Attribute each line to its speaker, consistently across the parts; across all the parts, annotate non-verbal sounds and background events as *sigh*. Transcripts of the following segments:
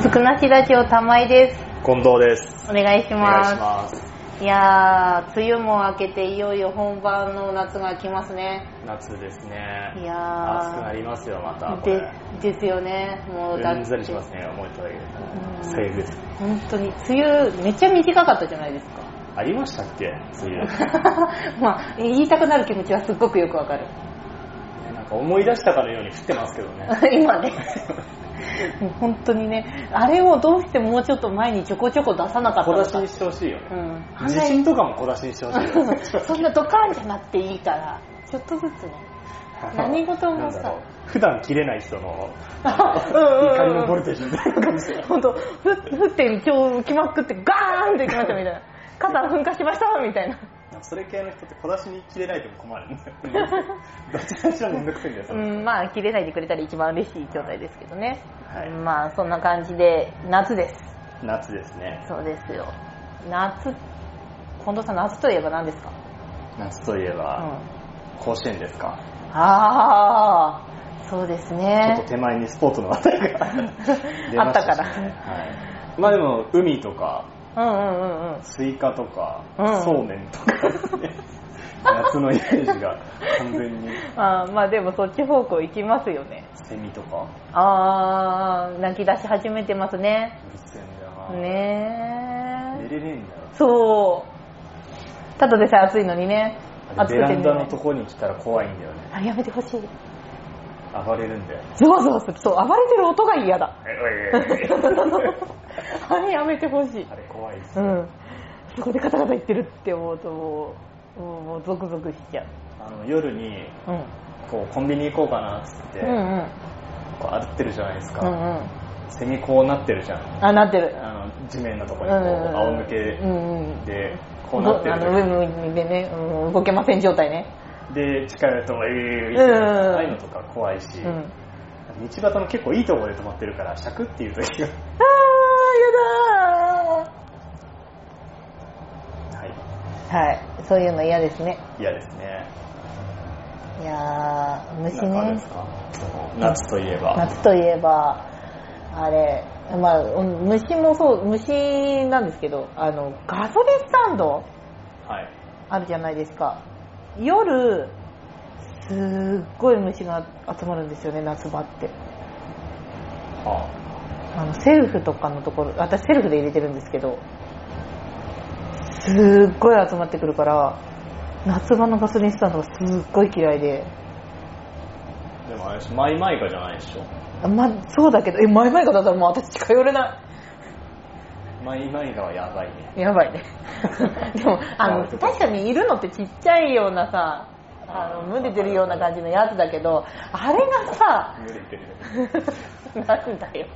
Speaker 1: ずくなしラジオ玉井です。
Speaker 2: 近藤です。
Speaker 1: お願いし
Speaker 2: お願い
Speaker 1: ます。
Speaker 2: します。
Speaker 1: いやー、梅雨も明けていよいよ本番の夏が来ますね。
Speaker 2: 夏ですね。
Speaker 1: いやー
Speaker 2: 暑くなりますよ、また。これ
Speaker 1: で。、ですよね。もうだっ
Speaker 2: うん
Speaker 1: て
Speaker 2: ざりしますね、思いとだけで
Speaker 1: ん。
Speaker 2: セーフ。
Speaker 1: 本当に、梅雨めっちゃ短かったじゃないですか。
Speaker 2: *laughs* ありましたっけ梅雨。ね
Speaker 1: まあ、言いたくなる気持ちはすっごくよくわ
Speaker 2: *laughs*
Speaker 1: かる。
Speaker 2: なんか思い出したかのように降ってますけど
Speaker 1: *laughs*
Speaker 2: ね。
Speaker 1: 今ね。もう本当にね、あれをどうしてもうちょっと前にちょこちょこ出さなかった
Speaker 2: 小
Speaker 1: の
Speaker 2: 出し
Speaker 1: か
Speaker 2: に。してほしいよ
Speaker 1: う
Speaker 2: ね。
Speaker 1: ん。
Speaker 2: 地震とかも小出しにしてほしいよね。
Speaker 1: *laughs* そんなドカーンじゃなくていいから、ちょっとずつね。 *laughs* 何事もさ
Speaker 2: なんだろう。普段切れない人の
Speaker 1: うんうんうん
Speaker 2: 怒りのボルテージみたいな感じで。
Speaker 1: 本当ふ降って超来まくってガーンって来ましたみたいな *laughs* 肩噴火しましたみたいな
Speaker 2: それ系の人って小出しに切れないとも困るん
Speaker 1: *laughs*
Speaker 2: だよね。どっちかしらめんどくさいんだよ、それ
Speaker 1: うんまあ切れないでくれたら一番嬉しい状態ですけどね、
Speaker 2: はい
Speaker 1: まあそんな感じで夏です
Speaker 2: 夏ですね。
Speaker 1: そうですよ夏近藤さん夏といえば何ですか、
Speaker 2: 夏といえ
Speaker 1: う
Speaker 2: ば、
Speaker 1: ん
Speaker 2: 甲子園ですか、
Speaker 1: ああそうです
Speaker 2: ちょっ
Speaker 1: ね
Speaker 2: と手前にスポーツの話
Speaker 1: *laughs*
Speaker 2: 題が出ましたし、ね、
Speaker 1: あったから
Speaker 2: はい、まあでも海とか
Speaker 1: うんうんうんうん
Speaker 2: スイカとか、
Speaker 1: うん
Speaker 2: そうめんとかです
Speaker 1: *laughs*
Speaker 2: ね夏のイメージが完全に
Speaker 1: あーまあでもそっち方向行きますよね
Speaker 2: セミとか
Speaker 1: ああ泣き出し始めてますね
Speaker 2: うるせえんだよな、
Speaker 1: ねえ
Speaker 2: 寝れねえんだよ
Speaker 1: そう。ただでさえ暑いのにね。
Speaker 2: あれベランダの
Speaker 1: と
Speaker 2: とこに来たら怖いんだよね
Speaker 1: あ、やめてほしい。
Speaker 2: 暴れるんだよ
Speaker 1: *laughs* ゾワゾワする。そう、暴れてる音が嫌
Speaker 2: *laughs*
Speaker 1: だ。あれやめてほしい
Speaker 2: あ。れ怖いです
Speaker 1: う
Speaker 2: よ、
Speaker 1: ん。そこでカタカタ言ってるって思うともう、もうもうゾクゾクしちゃう。
Speaker 2: あの夜に
Speaker 1: うん。
Speaker 2: こうコンビニ行こうかなっつって、
Speaker 1: うんうん。
Speaker 2: こう歩ってるじゃないですか、
Speaker 1: うんうん。
Speaker 2: セミこうなってるじゃん
Speaker 1: あ、なってる。
Speaker 2: あの地面のとこ
Speaker 1: う
Speaker 2: ろ
Speaker 1: ん。
Speaker 2: にこう仰向け
Speaker 1: うんうん。
Speaker 2: でこうなってる
Speaker 1: あの、上
Speaker 2: 時
Speaker 1: 向いてね、うん、動けません状態ね。
Speaker 2: で近寄ると「
Speaker 1: う
Speaker 2: ええ
Speaker 1: ん
Speaker 2: ああいうのとか怖いし、
Speaker 1: うん。
Speaker 2: 道端の結構いいところで止まってるからシャクっていう時が
Speaker 1: あー、やだ
Speaker 2: はい
Speaker 1: ー。はい。そういうの嫌ですね。
Speaker 2: 嫌ですね
Speaker 1: いやー、虫
Speaker 2: なんかあれ
Speaker 1: ね
Speaker 2: です。か夏といえば
Speaker 1: 夏といえばあれ、まあ、うん虫もそう虫なんですけどあのガソリンスタンド
Speaker 2: はい
Speaker 1: あるじゃないですか夜すっごい虫が集まるんですよね夏場って
Speaker 2: は
Speaker 1: あのセルフとかのところ私セルフで入れてるんですけどすっごい集まってくるから夏場のガソリンスタンドがすっごい嫌いで、
Speaker 2: あでもあれでしょマイマイカじゃないでしょ
Speaker 1: まあ、そうだけどえ前々からだったらもう私近寄れない
Speaker 2: マイマイカはやばいね
Speaker 1: やばいね *laughs* でもあの
Speaker 2: なるほど
Speaker 1: 確かにいるのってちっちゃいようなさあの群れてるような感じのやつだけどあれがさ *laughs*
Speaker 2: 濡れてる
Speaker 1: なんだよ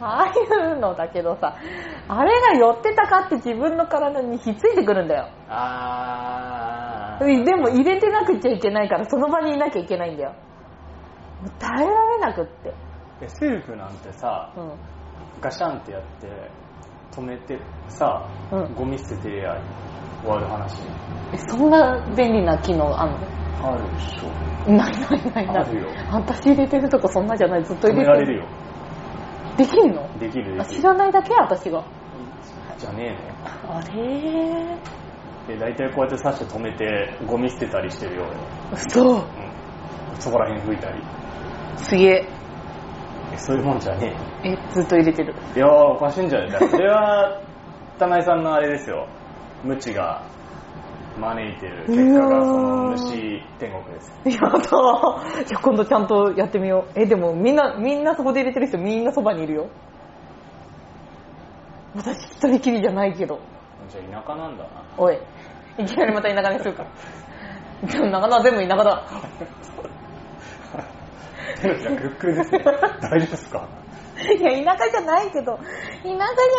Speaker 1: ああいうのだけどさあれが寄ってたかって自分の体にひっついてくるんだよ
Speaker 2: あー
Speaker 1: でも入れてなくちゃいけないからその場にいなきゃいけないんだよもう耐えられなくって、
Speaker 2: えセルフなんてさ
Speaker 1: うん、
Speaker 2: ガシャンってやって止めてさ、
Speaker 1: うん
Speaker 2: ゴミ捨ててりゃ終わる話
Speaker 1: えそんな便利な機能あんの
Speaker 2: あるでしょ
Speaker 1: ないないないない
Speaker 2: あるよ
Speaker 1: 私入れてるとこそんなじゃないずっと
Speaker 2: 止
Speaker 1: 入れ
Speaker 2: め
Speaker 1: て
Speaker 2: られるよ
Speaker 1: できんの
Speaker 2: できるで
Speaker 1: あ
Speaker 2: き
Speaker 1: 知
Speaker 2: る
Speaker 1: らないだけ私が
Speaker 2: じゃねえの
Speaker 1: あれ
Speaker 2: で大体こうやって刺して止めてゴミ捨てたりしてるよ俺
Speaker 1: 嘘
Speaker 2: うんそこら辺拭いたり
Speaker 1: すげえ
Speaker 2: えそういうもんじゃね
Speaker 1: えずっと入れてる
Speaker 2: えよいやーおかしいんじゃねえかそれは田内さんのあれですよ無知が招いてる結果がその虫天国です
Speaker 1: やだーいや今度ちゃんとやってみようえでもみんなみんなそこで入れてる人みんなそばにいるよ私一人きりじゃないけど
Speaker 2: じゃあ田舎なんだ *laughs* な
Speaker 1: おいいきなりまた田舎にするかでも長野は全部田舎だ
Speaker 2: 手のひらクルックルですね大丈夫ですか
Speaker 1: *laughs* いや、田舎じゃないけど、田舎じ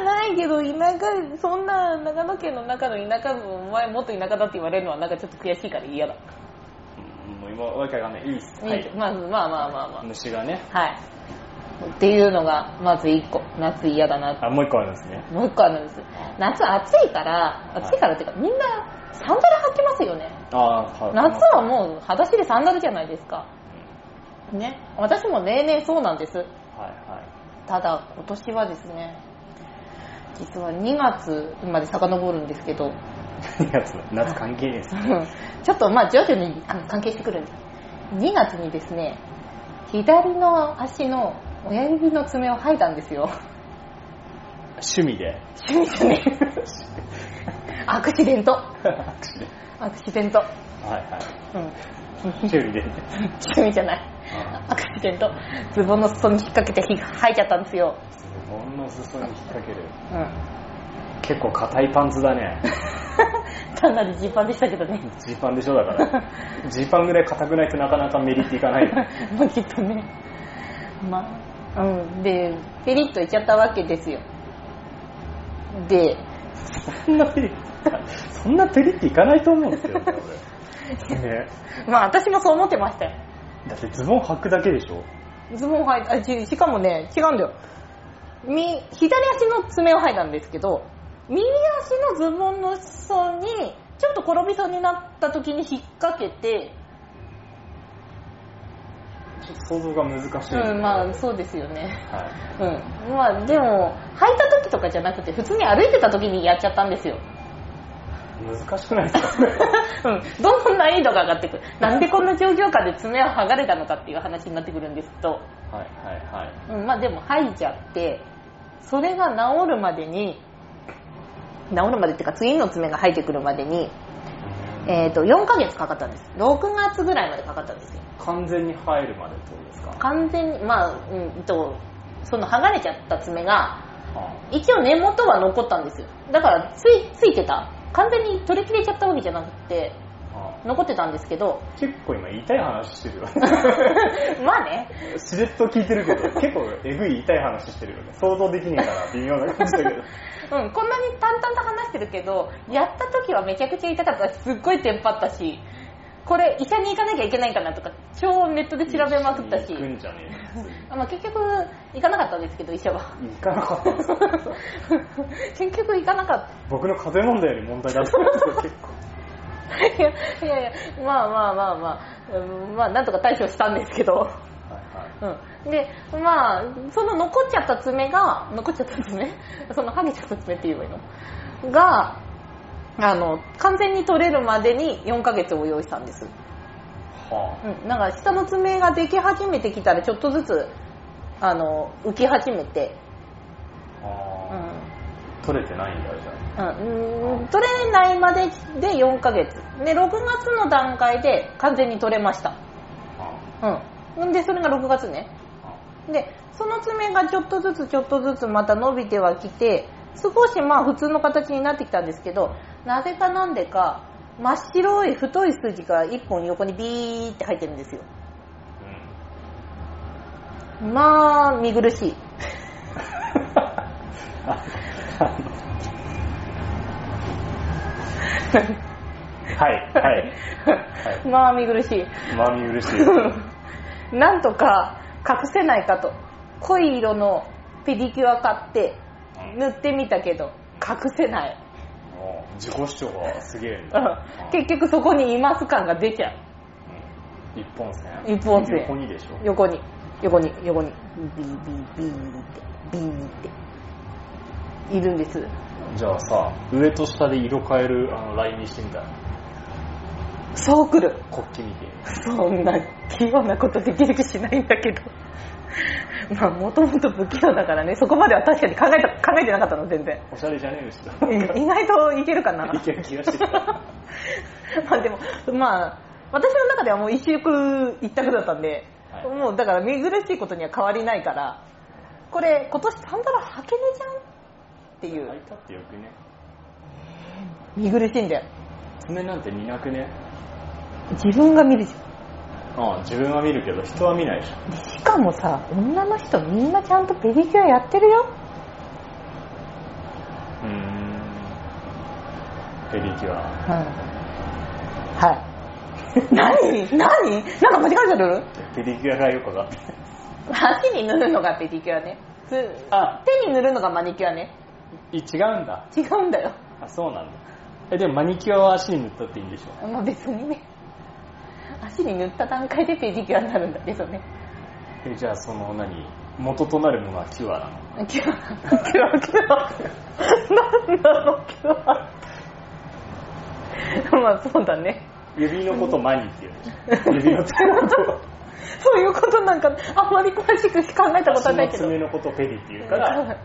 Speaker 1: ゃないけど、田舎、そんな長野県の中の田舎部、お前もっと田舎だって言われるのはなんかちょっと悔しいから嫌だ。
Speaker 2: うんもう今わけわかんないいいっすはい
Speaker 1: まあまあまあまあま
Speaker 2: 虫がね
Speaker 1: あ。はい。っていうのが、まず一個。夏嫌だなって。
Speaker 2: あもう一個あるんですね
Speaker 1: もう一個あるんです。夏暑いから、暑いからっていうか、みんなサンダル履きますよね。
Speaker 2: あーは
Speaker 1: 夏はもう裸足でサンダルじゃないですか。ね。私も例年そうなんです。
Speaker 2: はいはい
Speaker 1: ただ今年はですね実は2月まで遡るんですけど *laughs*
Speaker 2: やつ *laughs* 夏関係ないです
Speaker 1: ちょっとまあ徐々にあの関係してくるんです2月にですね左の足の親指の爪を剥いだんですよ *laughs*
Speaker 2: 趣 *laughs* 味で
Speaker 1: 趣味じゃねえ *laughs* アクシデント
Speaker 2: アクシデン
Speaker 1: アクシデント
Speaker 2: トはいは
Speaker 1: うん
Speaker 2: い
Speaker 1: *laughs*
Speaker 2: 修理で
Speaker 1: 趣味じゃない
Speaker 2: あ
Speaker 1: アクシデントズボンの裾に引っ掛けてひ吐いちゃったんですよ、
Speaker 2: ズボンの裾に引っ掛ける
Speaker 1: うん、
Speaker 2: 結構硬いパンツだ *laughs* ね
Speaker 1: 単なるジーパンでしたけどね
Speaker 2: ジーパンでしょだからジーパンぐらい硬くないとなかなかメリっていかないよ
Speaker 1: *laughs* まあきっとねまあうんでペリッといっちゃったわけですよで
Speaker 2: そんなペリそんなペリっていかないと思うんですけどね俺 *laughs* ね
Speaker 1: まあ私もそう思ってましたよ
Speaker 2: だってズボン履くだけでしょ
Speaker 1: ズボン履いたあちしかもね違うんだよみ左足の爪を履いたんですけど右足のズボンの裾にちょっと転びそうになった時に引っ掛けて
Speaker 2: ちょっと想像が難しいですね、
Speaker 1: うんまあそうですよね
Speaker 2: はい
Speaker 1: うんまあでも履いた時とかじゃなくて普通に歩いてた時にやっちゃったんですよ
Speaker 2: 難しくないですか
Speaker 1: *laughs* うん、どんどん難易度が上がってくるなんでこんな状況下で爪を剥がれたのかっていう話になってくるんですけど、
Speaker 2: はいはいはい
Speaker 1: うん、まあでも剥いちゃってそれが治るまでに治るまでっていうか次の爪が生えてくるまでに、えー、と4ヶ月かかったんです6月ぐらいまでかかったんですよ
Speaker 2: 完全に入るまでってことですか
Speaker 1: 完全にまあ、うん、とその剥がれちゃった爪が
Speaker 2: あ
Speaker 1: 一応根元は残ったんですよだからついついてた完全に取り切れちゃったわけじゃなくて
Speaker 2: あ
Speaker 1: 残ってたんですけど *laughs*
Speaker 2: 結構今痛い話してるよね
Speaker 1: まあね
Speaker 2: しれっと聞いてるけど結構えぐい痛い話してるよね想像できねえから微妙な感じだけど
Speaker 1: うん、こんなに淡々と話してるけど、やった時はめちゃくちゃ痛かったし、すっごいテンパったし、これ医者に行かなきゃいけないかなとか、超ネットで *laughs* 調べまくったし
Speaker 2: 行、くんじゃね
Speaker 1: あまあ、結局行かなかったんですけど、医者は。 *laughs*
Speaker 2: えよ行かなかったんですか
Speaker 1: 結局行かなかった。
Speaker 2: 僕の風邪問題より問題だったんですよ結構
Speaker 1: いやいやいや、まあまあまあまあ、うんまあなんとか対処したんですけど。
Speaker 2: はいはい
Speaker 1: うん、でまあその残っちゃった爪が残っちゃった爪 *laughs* その剥げちゃった爪って言えばいいのがあの完全に取れるまでに4ヶ月を用意したんです、
Speaker 2: は
Speaker 1: うん、なんか下の爪ができ始めてきたらちょっとずつあの浮き始めて、
Speaker 2: あ、
Speaker 1: う
Speaker 2: はあ
Speaker 1: ん
Speaker 2: 取れてないんだじゃ
Speaker 1: うん、取れないまでで4ヶ月で6月の段階で完全に取れました、
Speaker 2: あは
Speaker 1: うん、でそれが6月ね
Speaker 2: あは
Speaker 1: でその爪がちょっとずつちょっとずつまた伸びてはきて少しまあ普通の形になってきたんですけどなぜかなんでか真っ白い太い筋が1本横にビーって入ってるんですよ
Speaker 2: あうん
Speaker 1: まあ見苦しい
Speaker 2: はい、
Speaker 1: *laughs*
Speaker 2: はい。は
Speaker 1: まあ見苦しい *laughs*
Speaker 2: い。マミ嬉しい。
Speaker 1: なんとか隠せないかと濃い色のペディキュア買って塗ってみたけど隠せない、
Speaker 2: もう自己主張がすげえ
Speaker 1: う
Speaker 2: な。
Speaker 1: ん、 *laughs* 結局そこにいます感が出ちゃう
Speaker 2: うん一本線。
Speaker 1: 一本線
Speaker 2: 横にでしょ。
Speaker 1: 横に横に横にビービービーってビーっているんです
Speaker 2: じゃあさ、上と下で色変えるあのラインにしてみたら、
Speaker 1: そう来る
Speaker 2: 国旗みてえに。
Speaker 1: そんな器用なことできる気しないんだけど *laughs* まあもともと不器用だからねそこまでは確かに考えた考えてなかったの全然
Speaker 2: おしゃれじゃねえの人。
Speaker 1: 意外といけるかない
Speaker 2: ける気がしてき
Speaker 1: *laughs*
Speaker 2: た。
Speaker 1: まあでもまあ私の中ではもう一色一択だったんで、
Speaker 2: はい
Speaker 1: もうだから見苦しいことには変わりないからこれ今年サンダル履けねえじゃんってい
Speaker 2: 開いうたってよくね。
Speaker 1: 見苦しいんだよ
Speaker 2: 爪なんて見なくね。
Speaker 1: 自分が見るじ
Speaker 2: ああ、自分は見るけど人は見ないでしょ。
Speaker 1: ゃんでしかもさ女の人みんなちゃんとペディキュアやってるよ
Speaker 2: うーん。ペリキュア。
Speaker 1: うんはい *laughs* 何何なんか間違えてる
Speaker 2: ペリキュアがよくわかって
Speaker 1: 足に塗るのがペディキュアねつ
Speaker 2: あ
Speaker 1: 手に塗るのがマニキュアね
Speaker 2: い違うんだ
Speaker 1: 違うんだよ、
Speaker 2: あそうなんだえでもマニキュアは足に塗ったっていいんでしょ
Speaker 1: まあ、別にね足に塗った段階でペディキュアになるんだけどね
Speaker 2: えじゃあその何元となるものはキュアなの
Speaker 1: キュア、キュア、キュア。なんなの、キュアって。まあ、そうだね。
Speaker 2: 指のことマニーって言う指の爪のこと
Speaker 1: そういうことなんか、あんまり詳しく考えたことは
Speaker 2: 足
Speaker 1: な
Speaker 2: の
Speaker 1: いけど。
Speaker 2: 爪のことペディって言うから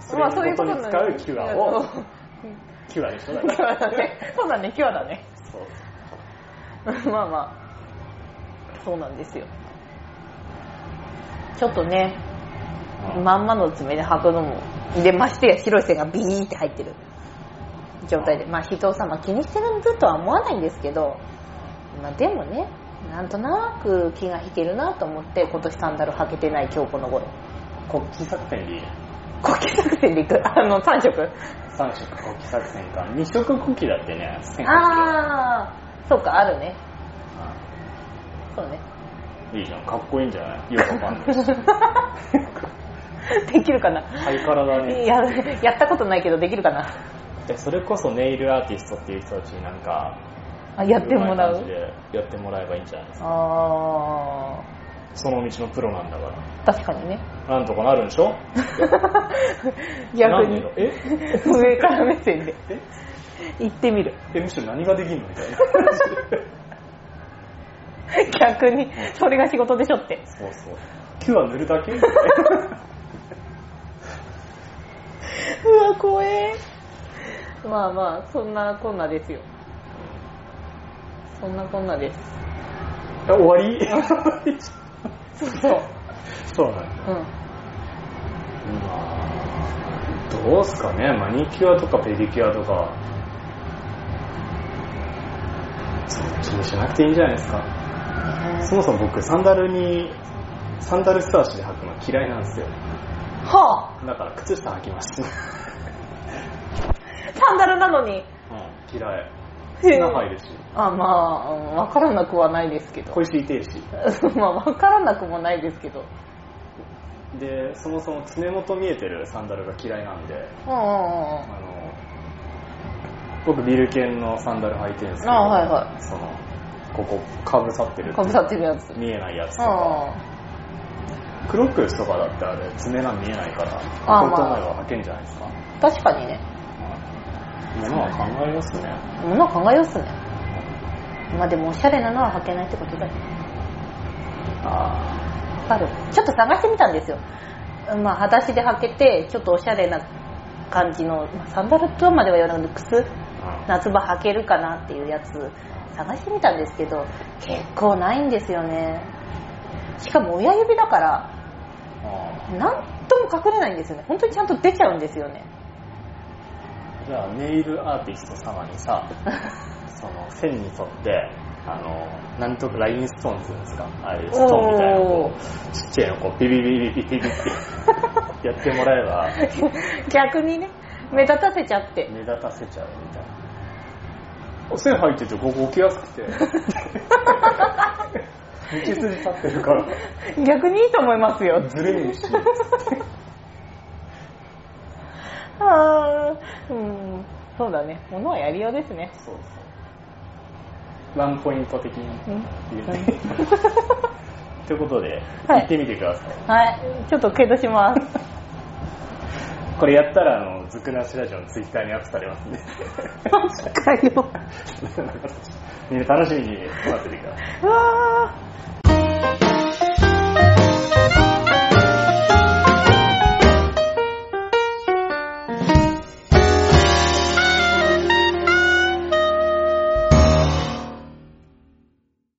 Speaker 2: それ
Speaker 1: まあ
Speaker 2: のことに使うキュアを
Speaker 1: そう
Speaker 2: キュアでしょだ
Speaker 1: キュ
Speaker 2: から
Speaker 1: アだね。そうだね、キュアだね。
Speaker 2: そう
Speaker 1: *laughs* まあまあ、そうなんですよ。ちょっとね、
Speaker 2: うん
Speaker 1: まんまの爪で履くのも。で、ましてや白い線がビーって入ってる状態で。まあ人様気にしてるとは思わないんですけど、まあでもね、なんとなく気が引けるなと思って、今年サンダル履けてない今日この頃。
Speaker 2: 国旗作戦でいい
Speaker 1: 国旗作戦で行く。あの、3色。
Speaker 2: *laughs* 3色国旗作戦か2色国旗だってね戦艦
Speaker 1: ああ、そうか、あるね。そうね。
Speaker 2: いいじゃんかっこいいんじゃないよくわかんない *laughs* し
Speaker 1: *laughs* できるかな
Speaker 2: ハイカラだね
Speaker 1: ややったことないけどできるかな
Speaker 2: でそれこそネイルアーティストっていう人たちになんか
Speaker 1: あやってもら
Speaker 2: まい感じ
Speaker 1: う
Speaker 2: でやってもらえばいいんじゃないですか
Speaker 1: あ
Speaker 2: その道のプロなんだから
Speaker 1: ー確かに
Speaker 2: *laughs*
Speaker 1: ね
Speaker 2: なんとかなるんでしょ
Speaker 1: 逆
Speaker 2: なん
Speaker 1: に
Speaker 2: でよえ
Speaker 1: *laughs* 上から目線で
Speaker 2: え
Speaker 1: 行ってみる
Speaker 2: えむしろ何ができんのみたいな
Speaker 1: 逆にそれが仕事でしょって
Speaker 2: そうそうキュア塗るだけみたいな
Speaker 1: うわ怖えまあまあそんなこんなですよそんなこんなです
Speaker 2: え *laughs* 終わり *laughs*
Speaker 1: そうそう
Speaker 2: そうなんだ
Speaker 1: うん
Speaker 2: まあどうすかねマニキュアとかペディキュアとかそっちにしなくていいんじゃないですかそもそも僕サンダルにサンダル素足で履くの嫌いなんですよ
Speaker 1: はあ
Speaker 2: だから靴下履きます、
Speaker 1: サンダルなのに
Speaker 2: うん、嫌い
Speaker 1: へえ
Speaker 2: 砂入るし
Speaker 1: あまあうんわからなくはないですけど
Speaker 2: 小石痛いし
Speaker 1: *laughs* まあわからなくもないですけど
Speaker 2: でそもそも爪元見えてるサンダルが嫌いなんで
Speaker 1: うんうんうん
Speaker 2: あの僕ビルケンのサンダル履いてるんですけど
Speaker 1: あはいは
Speaker 2: そのここかぶさってる
Speaker 1: かぶさってるやつ。
Speaker 2: 見えないやつとか
Speaker 1: あ
Speaker 2: クロックスとかだってあれ爪が見えないから
Speaker 1: あ
Speaker 2: こういった
Speaker 1: まあ
Speaker 2: のは履けんじゃないですか
Speaker 1: あ、確かにね。
Speaker 2: ものは考えますね
Speaker 1: もの考えようっすね。まあでも、おしゃれなのは履けないってことだよ。
Speaker 2: あ
Speaker 1: わかる。ちょっと探してみたんですよ。まあ、裸足で履けて、ちょっとおしゃれな感じの、まあサンダルとまでは言わないけど、靴、
Speaker 2: あ
Speaker 1: 夏場履けるかなっていうやつ、探してみたんですけど、結構ないんですよね。しかも親指だから、
Speaker 2: あ
Speaker 1: なんとも隠れないんですよね。本当にちゃんと出ちゃうんですよね。
Speaker 2: じゃあネイルアーティスト様にさその線に沿ってあのなんとかラインストーンっていうんですかああいうストーンみたいなのを
Speaker 1: おー
Speaker 2: ちっちゃいのこうビビビビビビビビってやってもらえば
Speaker 1: *laughs* 逆にね目立たせちゃって
Speaker 2: 目立たせちゃうみたいな線入っててここ置きやすくて道筋立ってるから
Speaker 1: 逆にいいと思いますよ
Speaker 2: ずれねえし
Speaker 1: *laughs* ああうんそうだねものはやりようですね
Speaker 2: そうそうワンポイント的に入れ
Speaker 1: *laughs*
Speaker 2: てということで、
Speaker 1: はい
Speaker 2: 行ってみてください
Speaker 1: はいちょっとけどします *laughs*
Speaker 2: これやったらあのずくなしラジオのツイッターにアップされますんで
Speaker 1: マジかよ
Speaker 2: *laughs* みんな楽しみに待っててください
Speaker 1: わあ